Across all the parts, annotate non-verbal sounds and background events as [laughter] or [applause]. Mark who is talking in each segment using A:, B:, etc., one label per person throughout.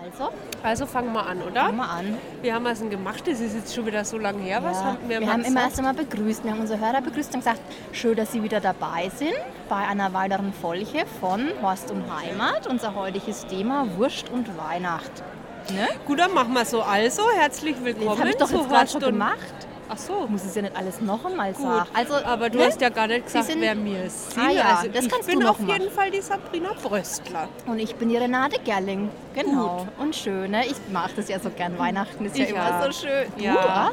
A: Also,
B: Also fangen wir an, oder?
A: fangen wir an.
B: Wie haben wir es denn gemacht? Das ist jetzt schon wieder so lange her. Was
A: Ja,
B: haben wir,
A: wir
B: mal
A: haben immer
B: gesagt?
A: erst einmal begrüßt. Wir haben unsere Hörer begrüßt und gesagt, schön, dass Sie wieder dabei sind bei einer weiteren Folge von Horst und Heimat. Unser heutiges Thema Wurst und Weihnacht. Ne?
B: Gut, dann machen wir so. Also, herzlich willkommen
A: Das habe ich doch
B: zu
A: jetzt gerade
B: Horst
A: schon
B: und-
A: gemacht.
B: Ach so,
A: Ich muss es ja nicht alles noch einmal
B: gut.
A: sagen. Also,
B: Aber du
A: ne?
B: hast ja gar nicht gesagt,
A: sind-
B: wer mir ist.
A: Ah ja,
B: also
A: das
B: ich
A: kannst
B: bin
A: du noch
B: auf jeden Fall die Sabrina Bröstler.
A: Und ich bin die Renate Gerling. Genau. Und schön, ne? Ich mache das ja so gern. Weihnachten ist ja
B: Ich
A: immer
B: auch.
A: so schön. Du,
B: Ja.
A: ach,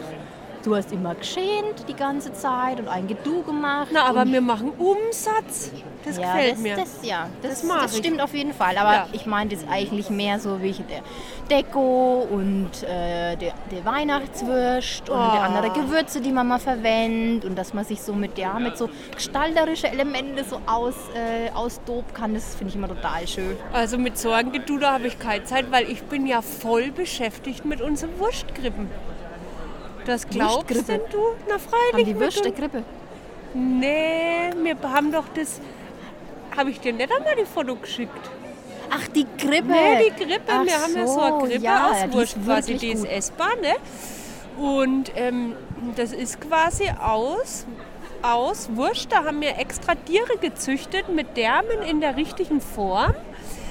A: du hast immer geschämt die ganze Zeit und ein Gedu gemacht.
B: Na, aber
A: und
B: wir machen Umsatz. Das
A: ja,
B: gefällt
A: das,
B: mir.
A: Das, ja, das,
B: Das mag
A: das
B: ich.
A: stimmt auf jeden Fall. Aber
B: Ja.
A: ich meine das eigentlich mehr so wie ich der Deko und äh, der, der Weihnachtswürst und
B: Oh.
A: die andere Gewürze, die man mal verwendet und dass man sich so mit, ja, mit so gestalterische Elemente so aus, äh, ausdoben kann. Das finde ich immer total schön.
B: Also mit Sorgengeduder habe ich keine Zeit, weil ich bin ja voll beschäftigt mit unseren Wurstgrippen. Das glaubst
A: Wurstgrippe?
B: denn du? Na
A: Haben
B: freilich.
A: die
B: mit
A: Würste
B: uns-
A: Grippe?
B: Nee, wir haben doch das. Habe ich dir nicht einmal die Foto geschickt?
A: Ach, die Grippe.
B: Nee, die Grippe.
A: Ach
B: wir haben ja so eine Grippe
A: ja, die
B: aus
A: ist
B: Wurst quasi,
A: wirklich
B: die ist
A: gut.
B: essbar, ne? Und ähm, das ist quasi aus, aus Wurst. Da haben wir extra Tiere gezüchtet mit Därmen in der richtigen Form,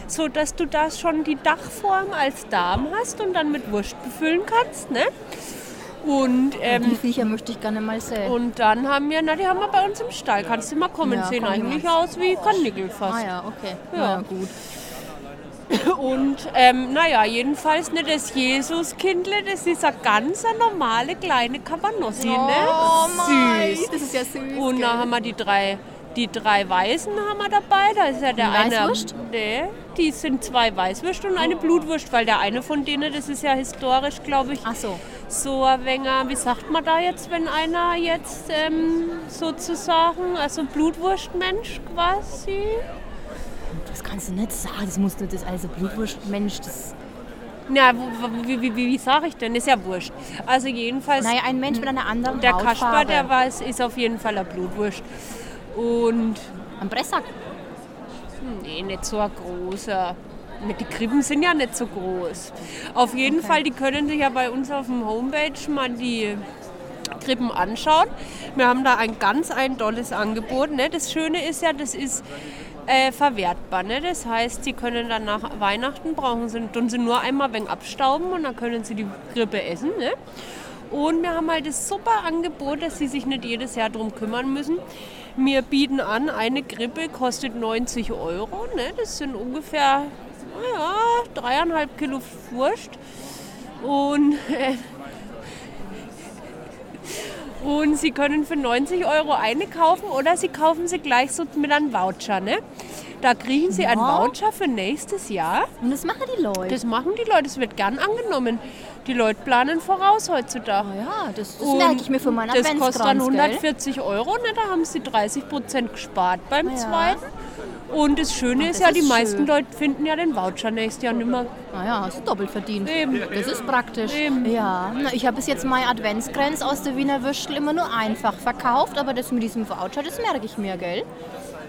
B: sodass du da schon die Dachform als Darm hast und dann mit Wurst befüllen kannst, ne? Und,
A: Die
B: ähm,
A: Viecher möchte ich gerne mal sehen.
B: und dann haben wir, na, die haben wir bei uns im Stall. Kannst du mal kommen,
A: Ja,
B: sehen
A: komm,
B: eigentlich
A: Max.
B: aus wie Karnickel fast.
A: ah ja, okay.
B: Ja.
A: Na gut.
B: Und ähm, naja, jedenfalls nicht das Jesuskindle, das ist eine ganz normale kleine Kabanossi,
A: Oh
B: ne?
A: mein,
B: Süß.
A: das ist ja süß.
B: Und
A: gell?
B: dann haben wir die drei, die drei Weißen haben wir dabei. Da ist ja der
A: Die
B: eine.
A: Weißwurst? Oh.
B: Nee, die sind zwei Weißwürste und eine Blutwurst, weil der eine von denen, das ist ja historisch, glaube ich,
A: Ach so.
B: so ein wenig, wie sagt man da jetzt, wenn einer jetzt ähm, sozusagen, also Blutwurstmensch quasi.
A: Das kannst du nicht sagen. Das musst du das also Blutwurst, Mensch. Das,
B: Na, wo- wo- wie, wie, wie, wie sage ich denn? Ist ja wurscht. Also jedenfalls,
A: naja, ein Mensch mit einer anderen
B: der
A: Hautfarbe.
B: Kasper, der weiß, ist auf jeden Fall ein Blutwurst. Und
A: Am Pressack.
B: nee, nicht so ein großer. Mit- Die Krippen sind ja nicht so groß. Auf jeden Fall, die können sich ja bei uns auf dem Homepage mal die Krippen anschauen. Wir haben da ein ganz ein tolles Angebot. Ne? Das Schöne ist ja, das ist äh, verwertbar. Ne? Das heißt, sie können dann nach Weihnachten brauchen sie, tun sie nur einmal ein wenig abstauben und dann können sie die Krippe essen. Ne? Und wir haben halt das super Angebot, dass sie sich nicht jedes Jahr drum kümmern müssen. Wir bieten an, eine Grippe kostet 90 Euro. Ne? Das sind ungefähr naja, dreieinhalb Kilo Wurst. Und äh, und Sie können für 90 Euro eine kaufen oder Sie kaufen sie gleich so mit einem Voucher. Ne? Da kriegen Sie einen
A: Ja.
B: Voucher für nächstes Jahr.
A: Und das machen die Leute.
B: Das machen die Leute, es wird gern angenommen. Die Leute planen voraus heutzutage.
A: ja, das, das
B: Und
A: merke ich mir für meinen
B: Das
A: Adventskranz.
B: kostet dann
A: gell?
B: 140 Euro, ne? da haben sie 30 Prozent gespart beim
A: Ja.
B: zweiten. Und das Schöne
A: Ach,
B: ist
A: das
B: ja, die
A: ist
B: meisten
A: schön.
B: Leute finden ja den Voucher nächstes Jahr nicht mehr.
A: Naja, hast du doppelt verdient.
B: Eben.
A: Das ist praktisch.
B: Eben.
A: Ja, na, ich habe bis jetzt mein Adventskranz aus der Wiener Würstel immer nur einfach verkauft, aber das mit diesem Voucher, das merke ich mir, gell?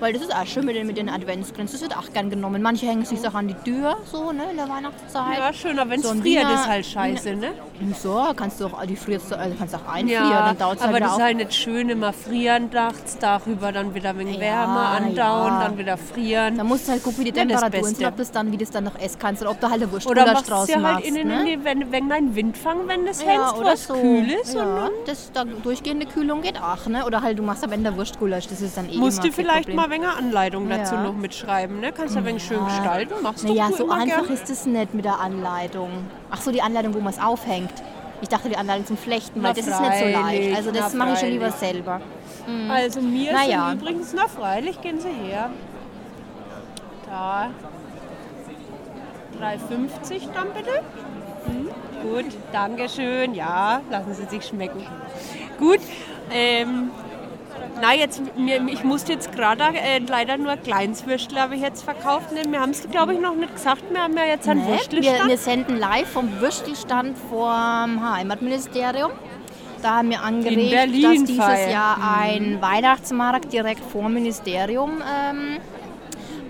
A: Weil das ist auch schön mit den, mit den Adventskränzen, das wird auch gern genommen. Manche hängen sich auch an die Tür, so, ne, in der Weihnachtszeit.
B: Ja, schöner, wenn es
A: So ein
B: friert,
A: Wiener-
B: ist halt scheiße. Ne?
A: Und So, kannst du auch, die frierst du, also kannst du auch einfrieren,
B: Ja,
A: dann dauert es
B: aber
A: halt
B: das
A: auch.
B: ist halt nicht schön, immer frieren nachts, darüber dann wieder ein wenig
A: Ja,
B: Wärme andauen,
A: ja.
B: dann wieder frieren.
A: da musst du halt gucken, wie die
B: Ja, das
A: Temperaturen
B: Beste.
A: sind, ob das dann, wie das dann noch essen kannst oder ob du halt eine Wurst
B: Oder
A: Gulasch
B: machst du
A: draus
B: ja halt
A: machst,
B: innen
A: ne?
B: in die, wenn, wenn dein Windfang, wenn das
A: Ja,
B: hältst,
A: oder
B: was
A: so.
B: kühl ist.
A: ja.
B: Und dann
A: das, da, durchgehende Kühlung geht auch, ne? Oder halt, du machst am Ende Wurstgulasch, das ist dann eh
B: musst
A: immer
B: du vielleicht
A: kein
B: mal
A: Problem.
B: ein wenig Anleitung dazu
A: Ja.
B: noch mitschreiben. Ne? Kannst du ein wenig schön gestalten, machst du
A: Naja,
B: du
A: so
B: immer
A: einfach
B: gern.
A: ist es nicht mit der Anleitung. Ach so, die Anleitung, wo man es aufhängt. Ich dachte, die Anleitung zum Flechten, weil
B: Na,
A: das ist nicht so leicht.
B: freilich,
A: Also das
B: na,
A: mache ich schon lieber
B: freilich.
A: selber.
B: Also mir
A: Naja.
B: sind übrigens, na freilich, gehen sie her. Da. 3,50 dann bitte. Hm, gut, danke schön. Ja, lassen Sie sich schmecken. Gut, ähm, na jetzt, mir, ich musste jetzt gerade äh, leider nur Kleinswürstel habe ich jetzt verkauft. Ne, wir haben es, glaube ich, noch nicht gesagt. Wir haben ja jetzt einen
A: Ne? Wir,
B: Würstelstand.
A: wir senden live vom Würstelstand vom Heimatministerium. Da haben wir angeregt,
B: In Berlin
A: dass dieses
B: feiern. Hm.
A: Jahr ein Weihnachtsmarkt direkt vor dem Ministerium ähm,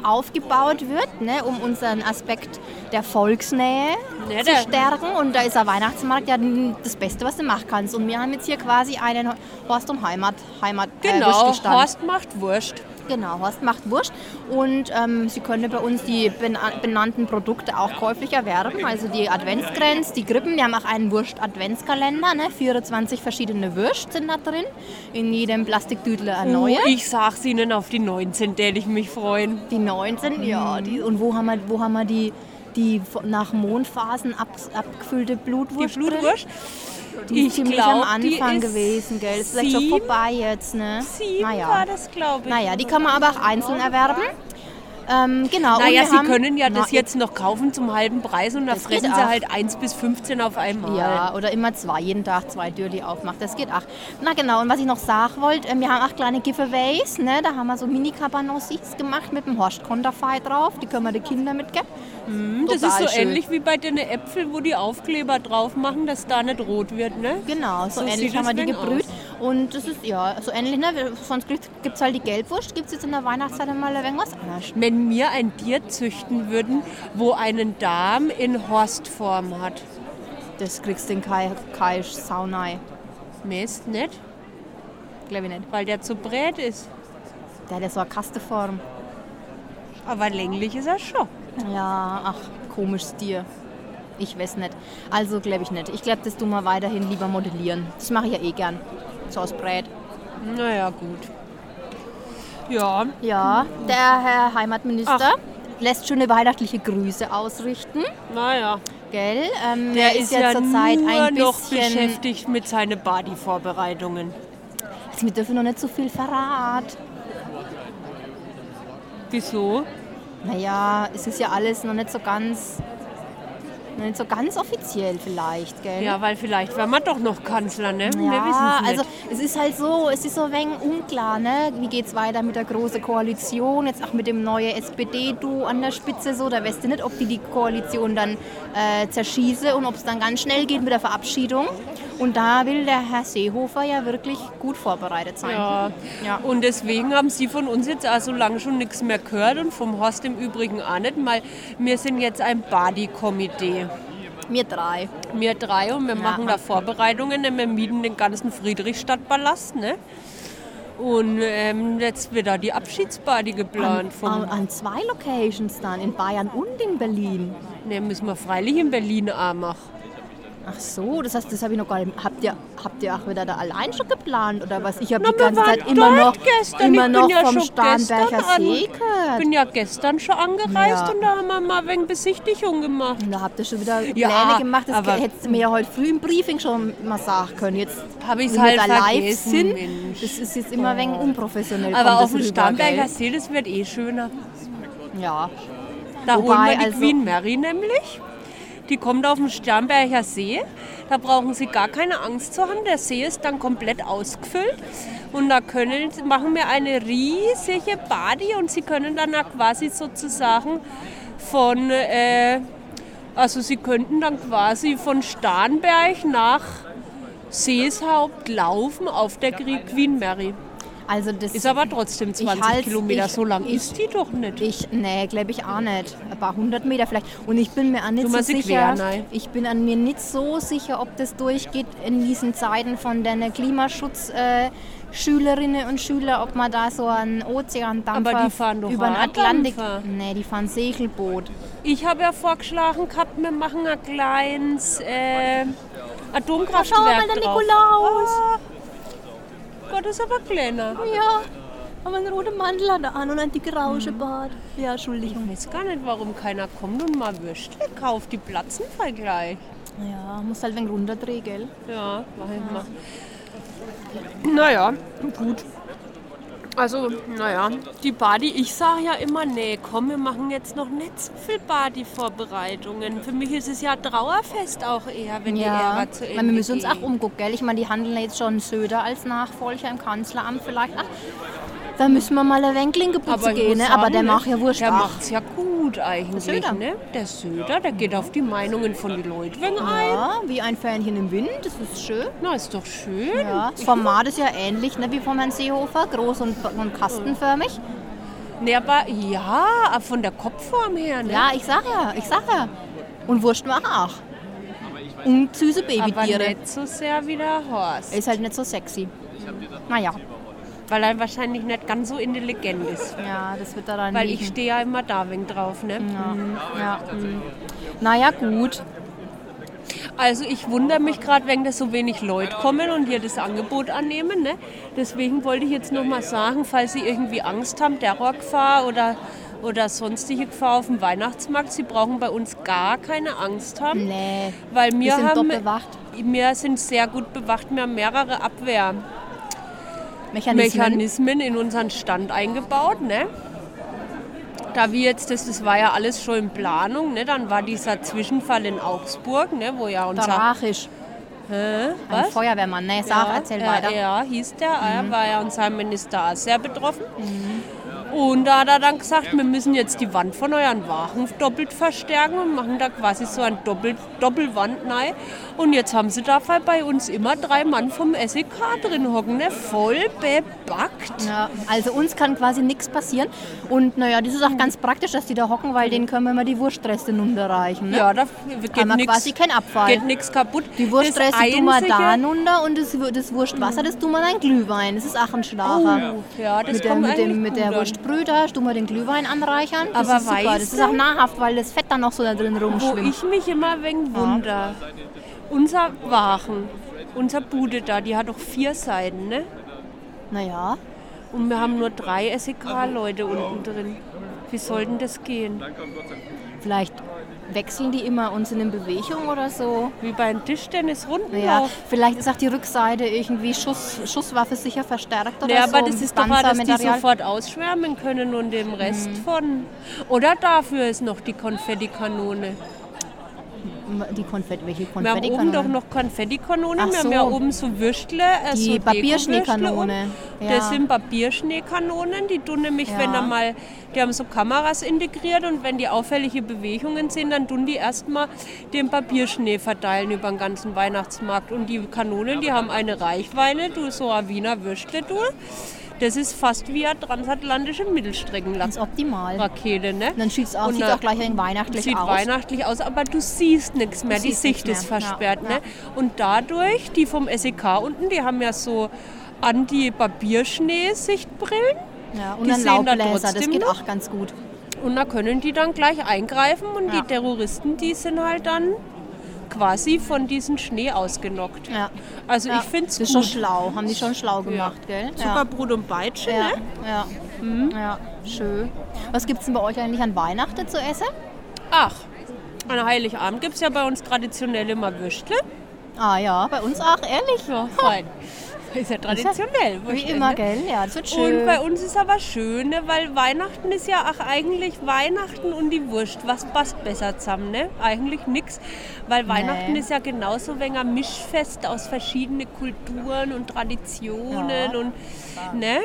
A: aufgebaut wird, ne, um unseren Aspekt der Volksnähe
B: Ja,
A: zu
B: Ne, der-
A: stärken. Und da ist der Weihnachtsmarkt ja das Beste, was du machen kannst. Und wir haben jetzt hier quasi einen Horst um Heimat, Heimat äh,
B: Genau,
A: Würstelstand.
B: Horst macht Wurst.
A: Genau, Horst macht Wurst und ähm, Sie können bei uns die bena- benannten Produkte auch käuflich erwerben. Also die Adventsgrenz, die Grippen, wir haben auch einen Wurst-Adventskalender. Ne? 24 verschiedene Würst sind da drin. In jedem Plastiktüdel eine neue.
B: Oh, ich sag's Ihnen auf die 19, der ich mich freuen.
A: Die 19, ja. Die,
B: Mhm.
A: und wo haben wir, wo haben wir die, die vo- nach Mondphasen ab, abgefüllte
B: Die
A: Blutwurst?
B: Blutwurst.
A: Drin? Die ist
B: ich
A: ziemlich
B: glaub,
A: am Anfang
B: die ist
A: gewesen, gell? Ist vielleicht schon
B: sieben-
A: vorbei jetzt, ne?
B: Sieben
A: naja.
B: war das, glaube ich.
A: Naja, die kann man aber auch einzeln erwerben. Ähm, genau. und
B: Naja,
A: wir
B: Sie
A: haben-
B: können ja
A: Na,
B: das jetzt noch kaufen zum halben Preis und dann
A: Das geht
B: fressen
A: auch.
B: Sie halt 1 bis 15 auf einmal.
A: Ja, oder immer zwei, jeden Tag zwei Dürli aufmacht. Das geht auch. Na genau, und was ich noch sagen wollte, ähm, wir haben auch kleine Giveaways, ne? da haben wir so Mini-Cabanossis gemacht mit dem Horst-Konterfei drauf. Die können wir den Kindern mitgeben.
B: Hm, Mhm, Das ist
A: Total
B: so
A: schön.
B: ähnlich wie bei den Äpfeln, wo die Aufkleber drauf machen, dass da nicht rot wird, ne?
A: Genau, so,
B: So
A: ähnlich
B: sieht
A: haben wir die
B: das Ding
A: gebrüht. Und das ist ja so ähnlich, ne? Wir- sonst gibt es halt die Gelbwurst, gibt es jetzt in der Weihnachtszeit mal irgendwas
B: Ah,
A: anderes.
B: Wenn mir ein Tier züchten würden, wo einen Darm in Horstform hat.
A: Das kriegst du in Kai, Kai Saunai,
B: Mist, nicht?
A: glaube ich nicht.
B: Weil der zu brät ist.
A: Der hat ja so eine Kasteform.
B: Aber länglich ist er schon.
A: Ja, ach, komisches Tier. Ich weiß nicht. Also glaube ich nicht. Ich glaube, das tun wir weiterhin lieber modellieren. Das mache ich ja eh gern. So aus Brät.
B: Naja, gut. Ja,
A: Ja, der Herr Heimatminister
B: Ach.
A: lässt schöne weihnachtliche Grüße ausrichten.
B: naja.
A: Gell? Ähm,
B: Der
A: er
B: ist, ja,
A: zurzeit
B: nur
A: ein
B: noch
A: bisschen.
B: beschäftigt mit seinen Body-Vorbereitungen.
A: Also Wir dürfen noch nicht so viel verraten.
B: Wieso?
A: Naja, es ist ja alles noch nicht so ganz. Noch nicht so ganz offiziell vielleicht, gell?
B: Ja, weil vielleicht war man doch noch Kanzler, ne? Wir
A: Ja,
B: wissen's
A: also
B: nicht.
A: es ist halt so, es ist so ein wenig unklar, ne? wie geht es weiter mit der Großen Koalition, jetzt auch mit dem neuen SPD-Du an der Spitze, so, da weißt du nicht, ob die die Koalition dann äh, zerschieße und ob es dann ganz schnell geht mit der Verabschiedung. Und da will der Herr Seehofer ja wirklich gut vorbereitet sein.
B: Ja.
A: Ja.
B: Und deswegen haben Sie von uns jetzt auch so lange schon nichts mehr gehört und vom Horst im Übrigen auch nicht, weil wir sind jetzt ein Body-Komitee.
A: Mir drei.
B: Wir drei und wir machen da Vorbereitungen, denn wir mieten den ganzen Friedrichstadtpalast, ne? Und ähm, jetzt wird da die Abschiedsparty
A: An,
B: geplant.
A: an,
B: Vom,
A: an zwei Locations dann, in Bayern und in Berlin.
B: ne, müssen wir freilich in Berlin auch machen.
A: Ach so, das heißt, das habe ich noch gar nicht. Habt ihr, habt ihr auch wieder da allein schon geplant oder was? Ich habe
B: Na,
A: die
B: wir
A: ganze
B: waren
A: Zeit immer noch,
B: dort gestern.
A: immer
B: Ich bin
A: noch
B: ja
A: vom
B: schon
A: Starnberger
B: gestern an-
A: See
B: Ich
A: gehört.
B: bin ja gestern schon angereist
A: Ja.
B: und da haben wir mal wegen Besichtigung gemacht.
A: Und da habt ihr schon wieder Pläne
B: Ja,
A: gemacht. Das
B: aber-
A: hättest du mir ja heute früh im Briefing schon mal sagen können. Jetzt,
B: Hab ich's
A: wenn wir
B: halt
A: da live
B: vergessen,
A: sind,
B: Mensch.
A: das ist jetzt immer wegen unprofessionell. kommt
B: Aber auf
A: das
B: dem
A: rüber,
B: Starnberger See, das wird eh schöner.
A: gell? Ja,
B: Da holen
A: Wobei,
B: wir die
A: also-
B: Queen Mary nämlich. Die kommt auf dem Sternberger See. Da brauchen Sie gar keine Angst zu haben. Der See ist dann komplett ausgefüllt. Und da können, machen wir eine riesige Party und Sie können dann auch quasi sozusagen von, äh, also Sie könnten dann quasi von Starnberg nach Seeshaupt laufen auf der Queen Mary.
A: also das
B: Ist aber trotzdem 20
A: halt's-
B: Kilometer.
A: ich-
B: so lang
A: ich-
B: ist die doch nicht.
A: Ich, nee, glaube ich auch nicht. Ein paar hundert Meter vielleicht. Und ich bin mir auch nicht
B: Du
A: so
B: meinst die
A: sicher.
B: quer, nein.
A: ich bin an mir nicht so sicher, ob das durchgeht in diesen Zeiten von den Klimaschutz. Äh, Schülerinnen und Schüler, ob man da so einen Ozeandampfer
B: Aber die fahren doch
A: über den Atlantik.
B: Raddampfer.
A: Nee, die fahren Segelboot.
B: Ich habe ja vorgeschlagen gehabt, wir machen ein kleines äh,
A: Schau mal,
B: Atomkraftwerk
A: der
B: drauf. Ah.
A: Nikolaus.
B: Gott, ist aber kleiner.
A: Ja, aber einen roten Mantel hat er an und ein dicker Rauschebart. Ja, Entschuldigung.
B: Ich weiß gar nicht, warum keiner kommt und mal Würstle kauft. Die platzen voll gleich.
A: Ja, muss halt wegen runterdrehen, gell?
B: Ja, mach ich mal. Naja, gut. Also, naja, die Party, ich sage ja immer, nee, komm, wir machen jetzt noch nicht so viel Partyvorbereitungen. Für mich ist es ja Trauerfest auch eher, wenn die
A: Ja,
B: Ära zu Ende
A: weil wir müssen uns auch
B: geht.
A: umgucken, gell? Ich meine, die handeln jetzt schon Söder als Nachfolger im Kanzleramt vielleicht. Ach, da müssen wir mal ein Wenklinge putzen
B: ich
A: gehen,
B: muss
A: ne? aber
B: sagen,
A: der
B: ne,
A: macht ja Wurst.
B: Der
A: Ach,
B: macht's ja gut eigentlich,
A: Der Söder.
B: ne? Der Söder, der geht auf die Meinungen von den Leuten ein.
A: Ja, wie ein Fähnchen im Wind, das ist schön.
B: Na, ist doch schön.
A: Ja, das Format ist ja ähnlich ne, wie vom Herrn Seehofer, groß und, und kastenförmig.
B: Nee, aber ja, von der Kopfform her. Ne?
A: Ja, ich sag ja, ich sag ja. Und Wurst machen auch. Und süße
B: aber
A: Babytiere.
B: nicht so sehr wie der Horst.
A: Ist halt nicht so sexy. Naja,
B: Weil er wahrscheinlich nicht ganz so intelligent ist.
A: ja, das wird daran
B: Weil
A: liegen.
B: ich stehe ja immer da wegen drauf. Ne?
A: Mhm. ja, mm. Naja, gut.
B: Also ich wundere mich gerade, wenn da so wenig Leute kommen und hier das Angebot annehmen. Ne? Deswegen wollte ich jetzt nochmal sagen, falls Sie irgendwie Angst haben, Terrorgefahr oder, oder sonstige Gefahr auf dem Weihnachtsmarkt, Sie brauchen bei uns gar keine Angst haben.
A: Nee.
B: Weil wir,
A: sind
B: haben,
A: top bewacht.
B: wir sind sehr gut bewacht, wir haben mehrere Abwehrmechanismen
A: Mechanismen.
B: in unseren Stand eingebaut. Ne? Da wir jetzt, das, das war ja alles schon in Planung, ne? dann war dieser Zwischenfall in Augsburg, ne? wo ja unser...
A: Darachisch.
B: Hä?
A: Ein
B: Was?
A: Feuerwehrmann. Nee, sag, erzähl
B: ja, äh,
A: weiter. Mhm.
B: Ja, hieß der, er war ja unser Minister auch sehr betroffen. Und da hat er dann gesagt, wir müssen jetzt die Wand von euren Wachen doppelt verstärken und machen da quasi so eine Doppel Doppelwand rein. Und jetzt haben sie dafür bei uns immer drei Mann vom SEK drin hocken, ne? voll bebackt.
A: Ja, also uns kann quasi nichts passieren. Und naja, das ist auch ganz praktisch, dass die da hocken, weil denen können wir immer die Wurstreste runterreichen. Ne?
B: Ja, da geht
A: Haben wir quasi
B: nichts
A: kein Abfall.
B: geht nix kaputt.
A: die Wurstreste tun wir da
B: Einzige-
A: runter und das, Wur- das Wurstwasser, das tun wir in einen Glühwein. Das ist auch ein Schlager.
B: Oh, ja, das
A: mit der,
B: kommt
A: mit,
B: eigentlich
A: dem, mit der
B: gut an.
A: Wurstbrüder tun wir den Glühwein anreichern. Das
B: Aber
A: ist super.
B: weißt
A: Das ist
B: du-
A: auch nahrhaft, weil das Fett dann noch so da drin
B: Wo
A: rumschwimmt.
B: ich mich immer wegen wunder. Unser Wachen, unser Bude da, die hat doch vier Seiten, ne?
A: Naja,
B: Und wir haben nur drei SEK-Leute unten drin. Wie soll denn das gehen?
A: vielleicht wechseln die immer und sind in Bewegung oder so.
B: Wie beim Tischtennis
A: Ja,
B: Rundenlauf.
A: vielleicht ist auch die Rückseite irgendwie Schuss, Schusswaffe sicher verstärkt oder
B: Ja,
A: so.
B: Ne,
A: um
B: aber das ist doch mal, dass die
A: Panzermaterial.
B: sofort ausschwärmen können und dem Rest
A: Mhm.
B: von. Oder dafür ist noch die Konfettikanone.
A: Die Konfetti, welche
B: Wir haben
A: Konfetti
B: oben doch noch Konfettikanone,
A: Ach
B: wir
A: so.
B: haben ja oben so Würstle, äh,
A: Die
B: so
A: Papierschneekanone,
B: Deko-Würstle
A: ja.
B: oben. Das sind Papierschneekanonen, die tun nämlich,
A: Ja.
B: wenn da mal, die haben so Kameras integriert und wenn die auffällige Bewegungen sind, dann tun die erstmal den Papierschnee verteilen über den ganzen Weihnachtsmarkt. Und die Kanonen, die haben eine Reichweite, du so ein Wiener Würstle, du. Das ist fast wie eine transatlantische
A: Ganz
B: Mittelstreckenrakete,
A: optimal.
B: ne?
A: Und dann sieht es auch,
B: Und
A: sieht's
B: da-
A: auch gleich ein weihnachtlich
B: sieht
A: aus.
B: weihnachtlich aus, aber du siehst nichts mehr. Die
A: siehst
B: Sicht
A: nichts
B: ist
A: mehr. Ja,
B: versperrt.
A: ja.
B: Ne? Und dadurch, die vom SEK unten, die haben ja so Anti-Papierschnee-Sichtbrillen.
A: ja, und
B: die
A: dann
B: sehen da
A: Laubbläser, das
B: trotzdem
A: geht
B: noch.
A: auch ganz gut.
B: Und da können die dann gleich eingreifen. Und
A: Ja.
B: die Terroristen, die sind halt dann quasi von diesem Schnee ausgenockt.
A: Ja.
B: Also
A: Ja.
B: ich finde es
A: Das ist
B: gut.
A: schon schlau, haben die schon schlau gemacht, gell?
B: Zuckerbrot und Peitsche,
A: ja.
B: ne?
A: Ja. Ja. ja, schön. Was gibt's denn bei euch eigentlich an Weihnachten zu essen?
B: Ach, an Heiligabend gibt es ja bei uns traditionell immer Würstle.
A: Ah ja, bei uns auch, ehrlich.
B: Ja, fein. [laughs] Ist ja traditionell.
A: Wie
B: Würstle,
A: immer,
B: ne?
A: gell? Ja, das wird
B: Und
A: schön.
B: bei uns ist aber schön, ne? weil Weihnachten ist ja auch eigentlich Weihnachten und die Wurst. Was passt besser zusammen? Ne? Eigentlich nichts, weil Weihnachten ist ja genauso wenn ein Mischfest aus verschiedenen Kulturen und Traditionen
A: Ja.
B: und ne?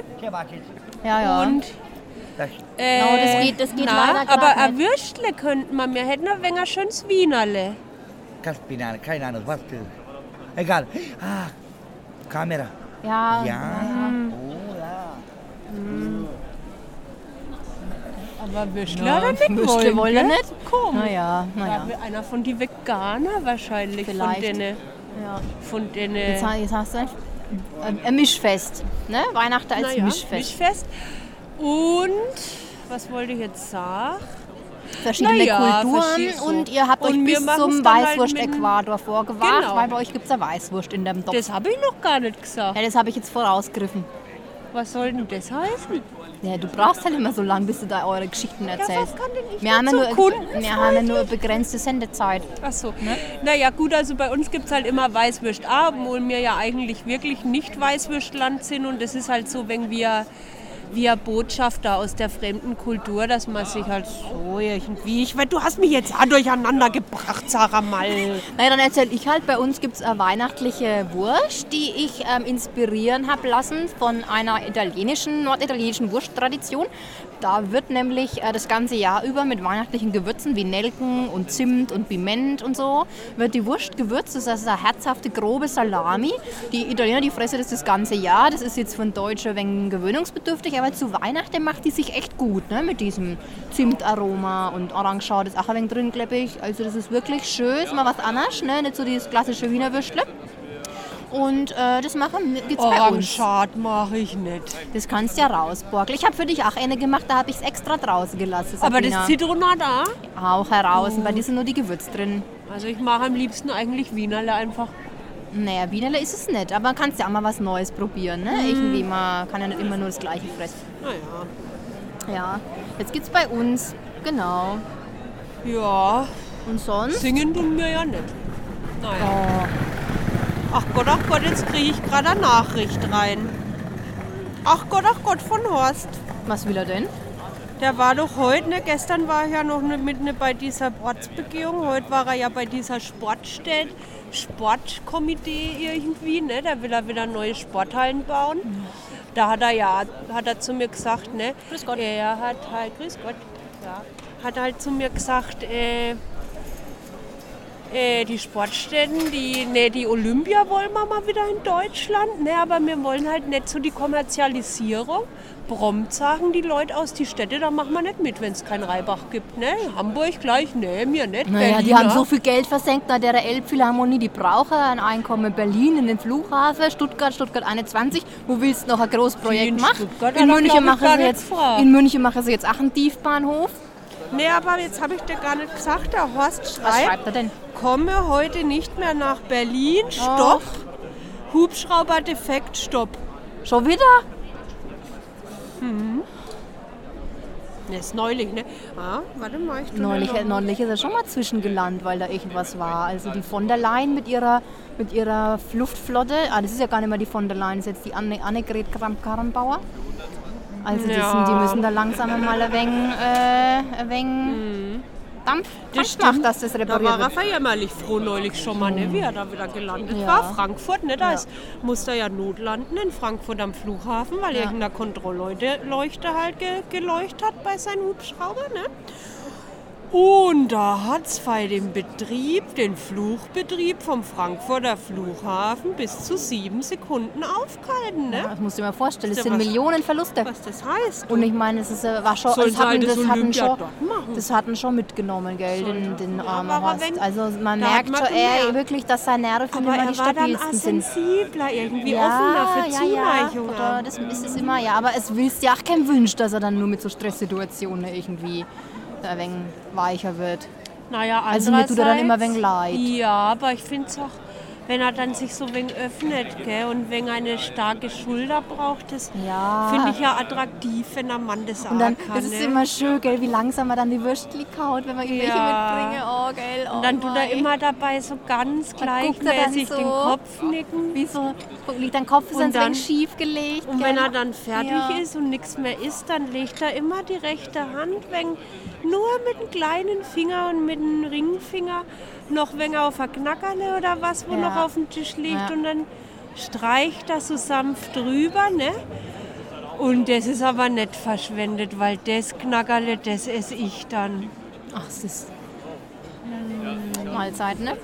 A: ja, ja.
B: Und äh,
A: Genau, das geht- das geht leider grad
B: aber ein
A: nicht.
B: Würstle könnten wir, wir hätten ein wenig schönes Wienerle.
C: Kaspinale, keine Ahnung, was. für- Egal. Ah, Kamera.
A: ja,
C: Ja. Oh, ja.
B: Aber Würstle
A: Ja,
B: hat er nicht
A: Würstle
B: wollen,
A: wollen er
B: gell?
A: nicht.
B: Komm.
A: Naja,
B: Da
A: naja.
B: will einer von die Veganer wahrscheinlich,
A: Vielleicht.
B: von denen.
A: Ja.
B: Von denen.
A: Jetzt, ha- jetzt hast du ein, ein- ein Mischfest. Ne? Weihnachten als
B: Naja,
A: Mischfest.
B: Mischfest. Und was wollte ich jetzt sagen?
A: Verschiedene
B: Naja,
A: Kulturen
B: verstehst du.
A: und ihr habt euch
B: Und wir
A: bis
B: machen's
A: zum
B: dann halt mit-
A: Weißwurst-Äquator vorgewagt,
B: Genau.
A: weil bei euch gibt es ja Weißwurst in dem Topf.
B: Das habe ich noch gar nicht gesagt.
A: ja, das habe ich jetzt vorausgegriffen.
B: Was soll denn das heißen?
A: Ja, du brauchst halt immer so lange, bis du da eure Geschichten erzählst.
B: kann denn ich
A: wir haben ja
B: dazu?
A: nur, wir haben ja
B: Kundenfreundlich.
A: nur begrenzte Sendezeit.
B: Ach so.
A: Ne?
B: Naja, gut, also bei uns gibt es halt immer Weißwürst A, obwohl wir ja eigentlich wirklich nicht Weißwürstland sind. Und das ist halt so, wenn wir wir Botschafter aus der fremden Kultur, dass man sich halt so irgendwie... Ich, weil du hast mich jetzt auch durcheinander gebracht, Sarah Mal.
A: Na ja, dann erzähl ich halt, bei uns gibt es eine weihnachtliche Wurst, die ich ähm, inspirieren habe lassen von einer italienischen, norditalienischen Wursttradition. Da wird nämlich äh, das ganze Jahr über mit weihnachtlichen Gewürzen wie Nelken und Zimt und Piment und so, wird die Wurst gewürzt. Das ist eine herzhafte, grobe Salami. Die Italiener, die fressen das das ganze Jahr. Das ist jetzt von Deutschen wegen gewöhnungsbedürftig, aber zu Weihnachten macht die sich echt gut ne? mit diesem Zimtaroma und Orangenschau. Das ist auch ein wenig drin, glaube ich. Also das ist wirklich schön. Ist mal was anderes, ne? nicht so dieses klassische Wiener Würstle. Und äh, das machen wir- gibt's bei uns.
B: Orangenschad mache ich nicht.
A: Das kannst ja rausborgeln. Ich habe für dich auch eine gemacht, da habe ich es extra draußen gelassen.
B: Aber
A: Sabrina.
B: das Oh. Zitronat da.
A: auch heraus. Und bei dir sind nur die Gewürze drin.
B: Also ich mache am liebsten eigentlich Wienerle einfach.
A: Naja, Wienerle ist es nicht, aber kannst ja auch mal was Neues probieren.
B: Mhm.
A: Ne? Irgendwie mal, kann ja nicht immer nur das Gleiche fressen.
B: Naja. Ah
A: Ja, jetzt gibt's bei uns. Genau.
B: Ja,
A: Und sonst?
B: singen tun wir ja nicht. Naja.
A: Oh,
B: Ach Gott, ach Gott, jetzt kriege ich gerade eine Nachricht rein. Ach Gott, ach Gott, von Horst.
A: was will er denn?
B: Der war doch heute, ne? gestern war er ja noch ne, mit ne, bei dieser Ortsbegehung, heute war er ja bei dieser Sportstätte, Sportkomitee irgendwie, ne? da will er wieder neue Sporthallen bauen. Da hat er ja, hat er zu mir gesagt, ne?
A: Grüß Gott.
B: Er hat halt, grüß Gott, ja, hat halt zu mir gesagt, äh, äh, die Sportstätten, die, ne, die Olympia wollen wir mal wieder in Deutschland, ne, aber wir wollen halt nicht so die Kommerzialisierung. Prompt sagen die Leute aus die Städte, da machen wir nicht mit, wenn es kein Reibach gibt. Ne? Hamburg gleich, ne, mir nicht.
A: Naja, die
B: Berliner.
A: haben so viel Geld versenkt nach der Elbphilharmonie, die brauchen ein Einkommen. Berlin in den Flughafen, Stuttgart, Stuttgart 21. Wo willst du noch ein
B: Die in
A: Großprojekt machen?
B: Stuttgart
A: In
B: hat er, glaub
A: München,
B: ich,
A: machen
B: gar
A: sie
B: nicht
A: jetzt,
B: gefragt.
A: in München machen sie jetzt auch einen Tiefbahnhof.
B: Nee, Ne, aber jetzt habe ich dir gar nicht gesagt, der Horst
A: Was
B: schreibt,
A: schreibt er denn?
B: komme heute nicht mehr nach Berlin, stopp. Hubschrauber defekt, stopp.
A: Schon wieder?
B: Das ist neulich, ne? Ah, warte mal, ich tu
A: Neulich, äh,
B: dir noch-
A: neulich ist er schon mal zwischengelandet, weil da irgendwas war. Also die von der Leyen mit ihrer, mit ihrer Luftflotte. Ah, das ist ja gar nicht mehr die von der Leyen, das ist jetzt die Anne, Annegret Kramp-Karrenbauer. Also die,
B: Ja.
A: sind, die müssen da langsam mal ein wenig, äh, ein wenig Dampf, Dampf
B: Mhm. stimmt.
A: machen, dass das
B: Da
A: repariert
B: war
A: wird.
B: Rafa jämmerlich froh neulich schon mal, ne, wie er da wieder gelandet
A: Ja.
B: war. Frankfurt, ne, da ist, musste er ja notlanden in Frankfurt am Flughafen, weil irgendeiner Kontrollleuchte Leuchte halt ge, geleuchtet hat bei seinem Hubschrauber, ne. Und da hat es bei dem Betrieb, den Flugbetrieb vom Frankfurter Flughafen bis zu sieben Sekunden aufgehalten, ne.
A: Das musst du dir mal vorstellen, das
B: Ist ja
A: sind
B: was-
A: Millionen Verluste.
B: Was das heißt?
A: Und ich meine, es ist, äh, war schon,
B: Sollte
A: es hatten,
B: halt das
A: das, hatten
B: Olympia
A: schon,
B: dort machen.
A: das hatten schon mitgenommen, gell, den, den armen
B: aber
A: Horst.
B: wenn-
A: Also man
B: da hat
A: merkt
B: man
A: schon eher
B: gemerkt.
A: wirklich, dass seine Nerven
B: aber
A: immer die
B: er war dann auch
A: stabilsten sind.
B: sensibler, irgendwie offener für Zuneigung. ähm.
A: Ja. Oder das ist es immer, ja. Aber es willst ja auch kein Wunsch, dass er dann nur mit so Stresssituationen irgendwie ein wenig weicher wird.
B: Naja,
A: Also mir tut er dann immer ein
B: andererseits-
A: wenig leid.
B: Ja, aber ich finde es auch, wenn er dann sich so ein wenig öffnet, gell, und wenn er eine starke Schulter braucht, das
A: Ja.
B: finde ich ja attraktiv, wenn ein Mann das auch
A: Und dann
B: kann.
A: ist es
B: ne?
A: immer schön, gell, wie langsam er dann die Würstchen kaut, wenn man ihm welche mitbringe. Oh, gell. Oh,
B: und dann tut er
A: mei.
B: immer dabei so ganz
A: Dann guckt er dann
B: gleichmäßig
A: so.
B: den Kopf nicken.
A: Wie so, guck, liegt dein Kopf ist
B: Und
A: dann so ein
B: dann-
A: wenig schief gelegt.
B: Und
A: gell.
B: wenn er dann fertig
A: Ja.
B: ist und nichts mehr isst, dann legt er immer die rechte Hand wenn, nur mit dem kleinen Finger und mit dem Ringfinger noch wenn er auf ein Knackerle oder was, wo
A: Ja.
B: noch auf dem Tisch liegt
A: Ja.
B: und dann streicht er so sanft drüber, ne? Und das ist aber nicht verschwendet, weil das Knackerle, das esse ich dann.
A: Ach, es ist. Mahlzeit, ne?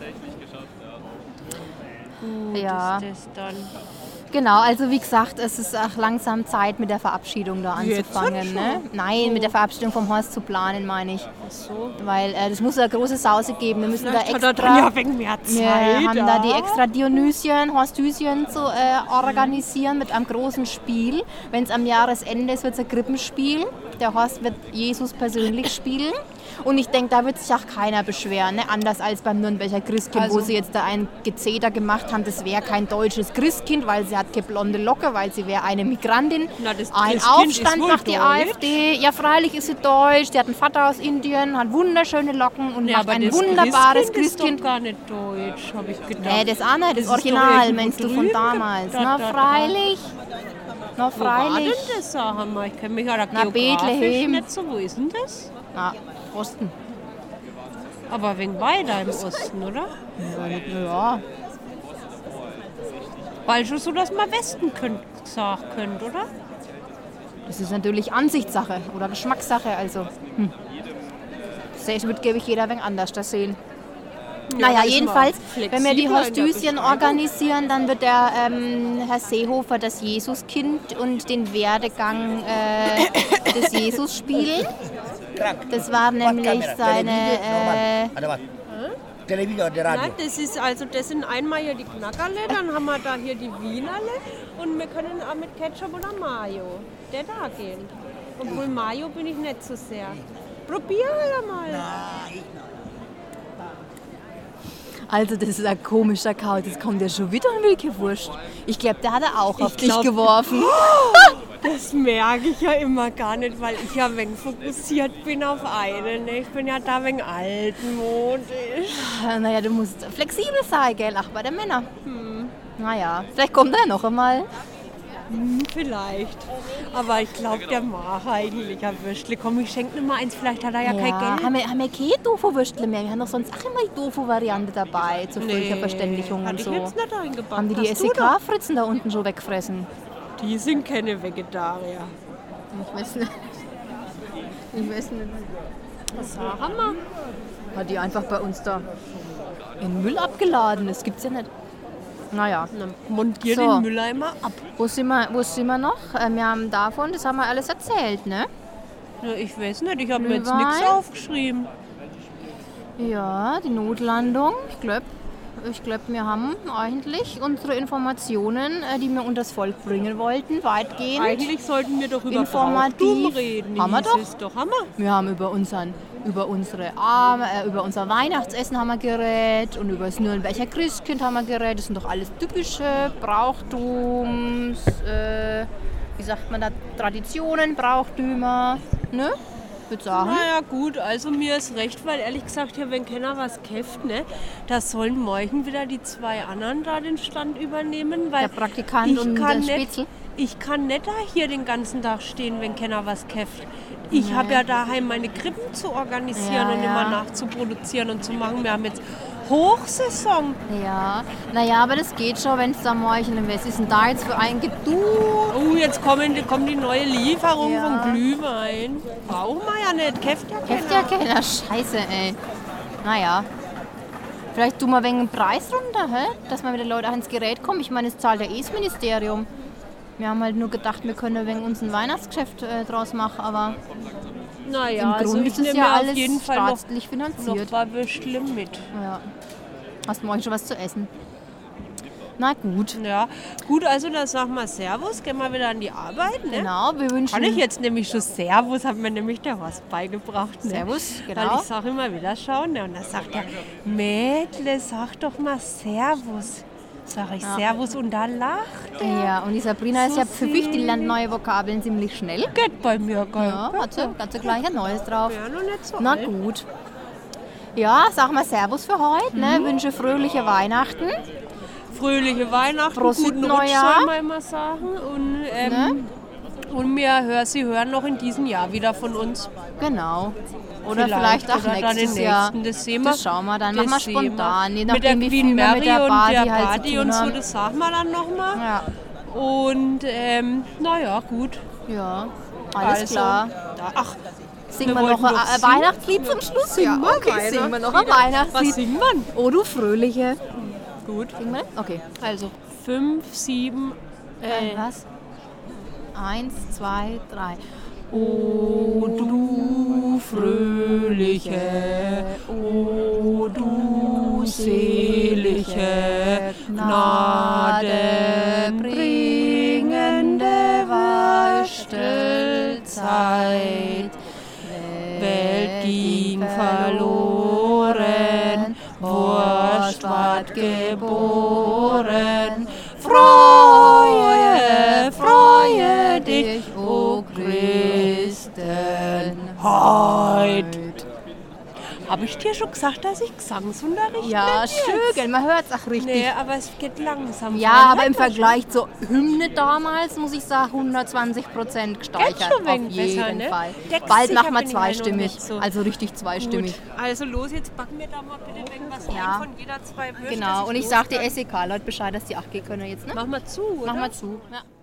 A: Ja,
B: Das ist das dann.
A: genau. Also wie gesagt, es ist auch langsam Zeit, mit der Verabschiedung da
B: Jetzt
A: anzufangen.
B: schon? Oh.
A: Ne? Nein, mit der Verabschiedung vom Horst zu planen, meine ich.
B: So.
A: Weil äh, das muss ja große Sause geben. Wir müssen
B: Vielleicht
A: da
B: hat er
A: extra...
B: dann ja wegen mehr Zeit.
A: Wir haben da die
B: ja.
A: extra Dionysien, Horstüsien zu äh, organisieren mit einem großen Spiel. Wenn es am Jahresende ist, wird es ein Krippenspiel. Der Horst wird Jesus persönlich spielen. Und ich denke, da wird sich auch keiner beschweren. Ne? Anders als beim Nürnberger Christkind, wo
B: Also-
A: sie jetzt da ein Gezeter gemacht haben, das wäre kein deutsches Christkind, weil sie hat keine blonde Locke, weil sie wäre eine Migrantin.
B: Na, das
A: ein
B: Christkind
A: Aufstand
B: ist wohl
A: macht die
B: deutsch.
A: AfD. Ja, freilich ist sie deutsch. Sie hat einen Vater aus Indien, hat wunderschöne Locken und
B: Ja,
A: macht
B: aber
A: ein
B: das
A: wunderbares Christkind.
B: ist doch gar nicht deutsch, habe ich gedacht.
A: Nee, Äh, das auch nicht, das,
B: ist doch
A: Original,
B: irgendwo
A: meinst du, von
B: drüben.
A: damals.
B: Da,
A: Na,
B: da, da.
A: freilich. Na,
B: Wo war denn
A: freilich.
B: das, sag mal? Ich kenne mich ja da
A: Na,
B: geografisch
A: Bethlehem.
B: nicht so. Wo ist denn das?
A: Na, Ah, Osten.
B: Aber wegen weiter im Osten, oder?
A: Ja,
B: Weil schon so, dass man Westen könnt, gesagt könnt, oder?
A: Das ist natürlich Ansichtssache oder Geschmackssache. Also, hm. Das wird, glaube ich, jeder wegen anders das sehen. naja,
B: da ist man
A: jedenfalls, wenn wir
B: flexibler
A: die
B: in der ne?
A: Hostüsien
B: Beschreibung.
A: organisieren, dann wird der ähm, Herr Seehofer das Jesuskind und den Werdegang äh,
B: [coughs]
A: des Jesus spielen.
C: Crack.
A: Das war nämlich
C: Kamera, Televideo,
A: seine. äh,
C: normal. Oder was? Televideo oder Radio?
B: Nein, das ist also das sind einmal hier die Knackerle, dann haben wir da hier die Wienerle und wir können auch mit Ketchup oder Mayo. Der da gehen. Obwohl Mayo bin ich nicht so sehr. Probier halt mal.
A: Äh, also, das ist ein komischer Kaut. Jetzt kommt ja schon wieder ein Wilke Wurst. Ich glaube, der hat er auch auf
B: glaub-
A: dich geworfen.
B: Das merke ich ja immer gar nicht, weil ich ja wenn fokussiert bin auf einen. ne? Ich bin ja da wegen altmodisch.
A: Äh, Naja, du musst flexibel sein, gell? Ach, bei den Männern. Hm, Naja, vielleicht kommt er noch einmal.
B: Vielleicht. Aber ich glaube, der macht eigentlich ein Würstle. Komm, ich schenke ihm mal eins. Vielleicht hat er ja, kein Geld.
A: Haben wir, haben wir keine Tofu-Würstle mehr? Wir haben doch sonst auch immer die Tofu-Variante dabei zur Völkerverständigung
B: hatte
A: und so.
B: ich jetzt nicht eingepackt.
A: Haben die E die
B: Hast du doch?
A: SEK-Fritzen da unten schon wegfressen?
B: Die sind keine Vegetarier.
A: Ich weiß nicht. Ich weiß nicht.
B: Was haben wir?
A: Hat die einfach bei uns da in Müll abgeladen? Das gibt's ja nicht. Naja.
B: Na, montier
A: So.
B: den Mülleimer ab.
A: Wo sind wir, wo sind wir noch? Äh, Wir haben davon, das haben wir alles erzählt, ne?
B: Na, ich weiß nicht, ich habe mir jetzt
A: Glühwein?
B: nichts aufgeschrieben.
A: Ja, die Notlandung. Ich glaube, ich glaub, wir haben eigentlich unsere Informationen, äh, die wir unters Volk bringen wollten, weitgehend.
B: Eigentlich sollten wir doch über
A: Informativ.
B: Brauchtum reden.
A: Haben wir
B: hieß
A: doch.
B: es doch. Haben wir.
A: Wir haben über, unseren, über, unsere Arme, äh, über unser Weihnachtsessen haben wir geredet und über das Nürnberger Christkind haben wir geredet. Das sind doch alles typische Brauchtums, äh, wie sagt man da, Traditionen, Brauchtümer, ne? Ich würde sagen.
B: Naja gut, also mir ist recht, weil ehrlich gesagt, ja, wenn keiner was kämpft, ne, da sollen morgen wieder die zwei anderen da den Stand übernehmen,
A: Der
B: weil
A: Praktikant
B: ich
A: und
B: kann
A: der
B: nicht,
A: Spitzel.
B: Ich kann nicht da hier den ganzen Tag stehen, wenn keiner was kämpft. Ich habe ja daheim meine Krippen zu organisieren
A: Ja,
B: und
A: ja.
B: immer nachzuproduzieren und zu machen. Wir haben jetzt Hochsaison.
A: Ja, naja, aber das geht schon, wenn es da Mäulchen im West ist. Und da jetzt für einen Geduld.
B: Oh, jetzt kommen, die- kommt die neue Lieferung
A: Ja.
B: von Glühwein. Brauchen wir ja nicht, kämpft ja keiner.
A: Hilft ja keiner. Scheiße, ey. Naja. Vielleicht tun wir wegen dem Preis runter, hä? dass man mit den Leuten auch ins Gerät kommt. Ich meine, es zahlt ja eh das Ministerium. Wir haben halt nur gedacht, wir können wegen uns ein Weihnachtsgeschäft äh, draus machen, aber
B: Naja,
A: im
B: also
A: Grunde
B: ich
A: ist es
B: nehme
A: ja
B: auf
A: alles
B: jeden Fall noch,
A: staatlich
B: noch ein
A: finanziert.
B: paar Würstle mit.
A: Ja. Hast morgen schon was zu essen? Na gut.
B: Ja, gut, also dann sagen wir Servus, gehen wir wieder an die Arbeit. Ne?
A: Genau, wir wünschen.
B: Kann ich jetzt nämlich schon Servus, hat mir nämlich der Horst beigebracht. Ne?
A: Servus,
B: Weil
A: genau.
B: ich sage immer wieder schauen. Ne? Und dann sagt er, Mädle, sag doch mal Servus. Sag ich Servus und da lacht er.
A: Ja, und die Sabrina ist
B: So
A: ja pfiffig, die
B: süß.
A: lernt neue Vokabeln ziemlich schnell.
B: Geht bei mir, gell?
A: Ja, hat sie, hat sie gleich ein neues drauf.
B: Ja, noch nicht so
A: Na
B: alt.
A: gut. Ja, sag mal Servus für heute.
B: Mhm.
A: Ne? Wünsche fröhliche Weihnachten.
B: Fröhliche Weihnachten,
A: Prosit
B: guten Rutsch,
A: Neujahr. Ne?
B: soll man immer sagen. Und, ähm, und mir hör, Sie hören noch in diesem Jahr wieder von uns.
A: Genau. Oder vielleicht, auch
B: oder dann
A: nächstes
B: den
A: Jahr.
B: nächsten, Das sehen wir.
A: Das schauen wir dann.
B: Das
A: Machen wir
B: sehen wir.
A: spontan. Je
B: mit der
A: nachdem, wie viel
B: Queen
A: wir
B: Mary
A: mit der
B: und
A: Party,
B: der
A: halt
B: Party
A: zu tun
B: und so,
A: haben.
B: das sagen wir dann nochmal.
A: Ja,
B: Und ähm, naja, gut.
A: ja. Alles
B: also,
A: klar.
B: Da, ach,
A: Singen wir,
B: wir
A: noch ein
B: wollten noch
A: ein
B: singen.
A: Weihnachtslied zum Schluss?
B: singen
A: ja,
B: wir
A: okay. Singen wir noch ein
B: was
A: Weihnachtslied.
B: singt man?
A: Oh, du Fröhliche.
B: Gut,
A: Singen wir? das? Okay.
B: also 5, 7,
A: Äh,
B: äh,
A: was? Eins, zwei, drei.
B: O du fröhliche, o du selige, gnadenbringende Waschtelzeit. Welt ging verloren, Wurst ward geboren. Freue, freue dich, o Christen, heut. Habe ich dir schon gesagt, dass ich Gesangsunterricht
A: Ja,
B: nehm jetzt?
A: schön, gell, man hört es auch richtig.
B: Nee, aber es geht langsam.
A: Ja,
B: voran.
A: aber im Vergleich zur Hymne damals, muss ich sagen, 120 Prozent gesteigert.
B: Geht schon wegen
A: auf jeden
B: besser, ne?
A: Fall.
B: Deckt
A: Bald
B: sich
A: machen
B: ab
A: wir
B: in die Meinung
A: zweistimmig.
B: nicht so.
A: Also richtig zweistimmig.
B: Gut, also los, jetzt backen wir da mal bitte irgendwas
A: Ja.
B: ein von jeder zwei Würste.
A: Genau,
B: dass
A: und ich sag die
B: los
A: SEK-Leute Bescheid, dass die 8 gehen können jetzt, ne?
B: kann. Mach mal zu, oder?
A: Mach mal zu. Ja.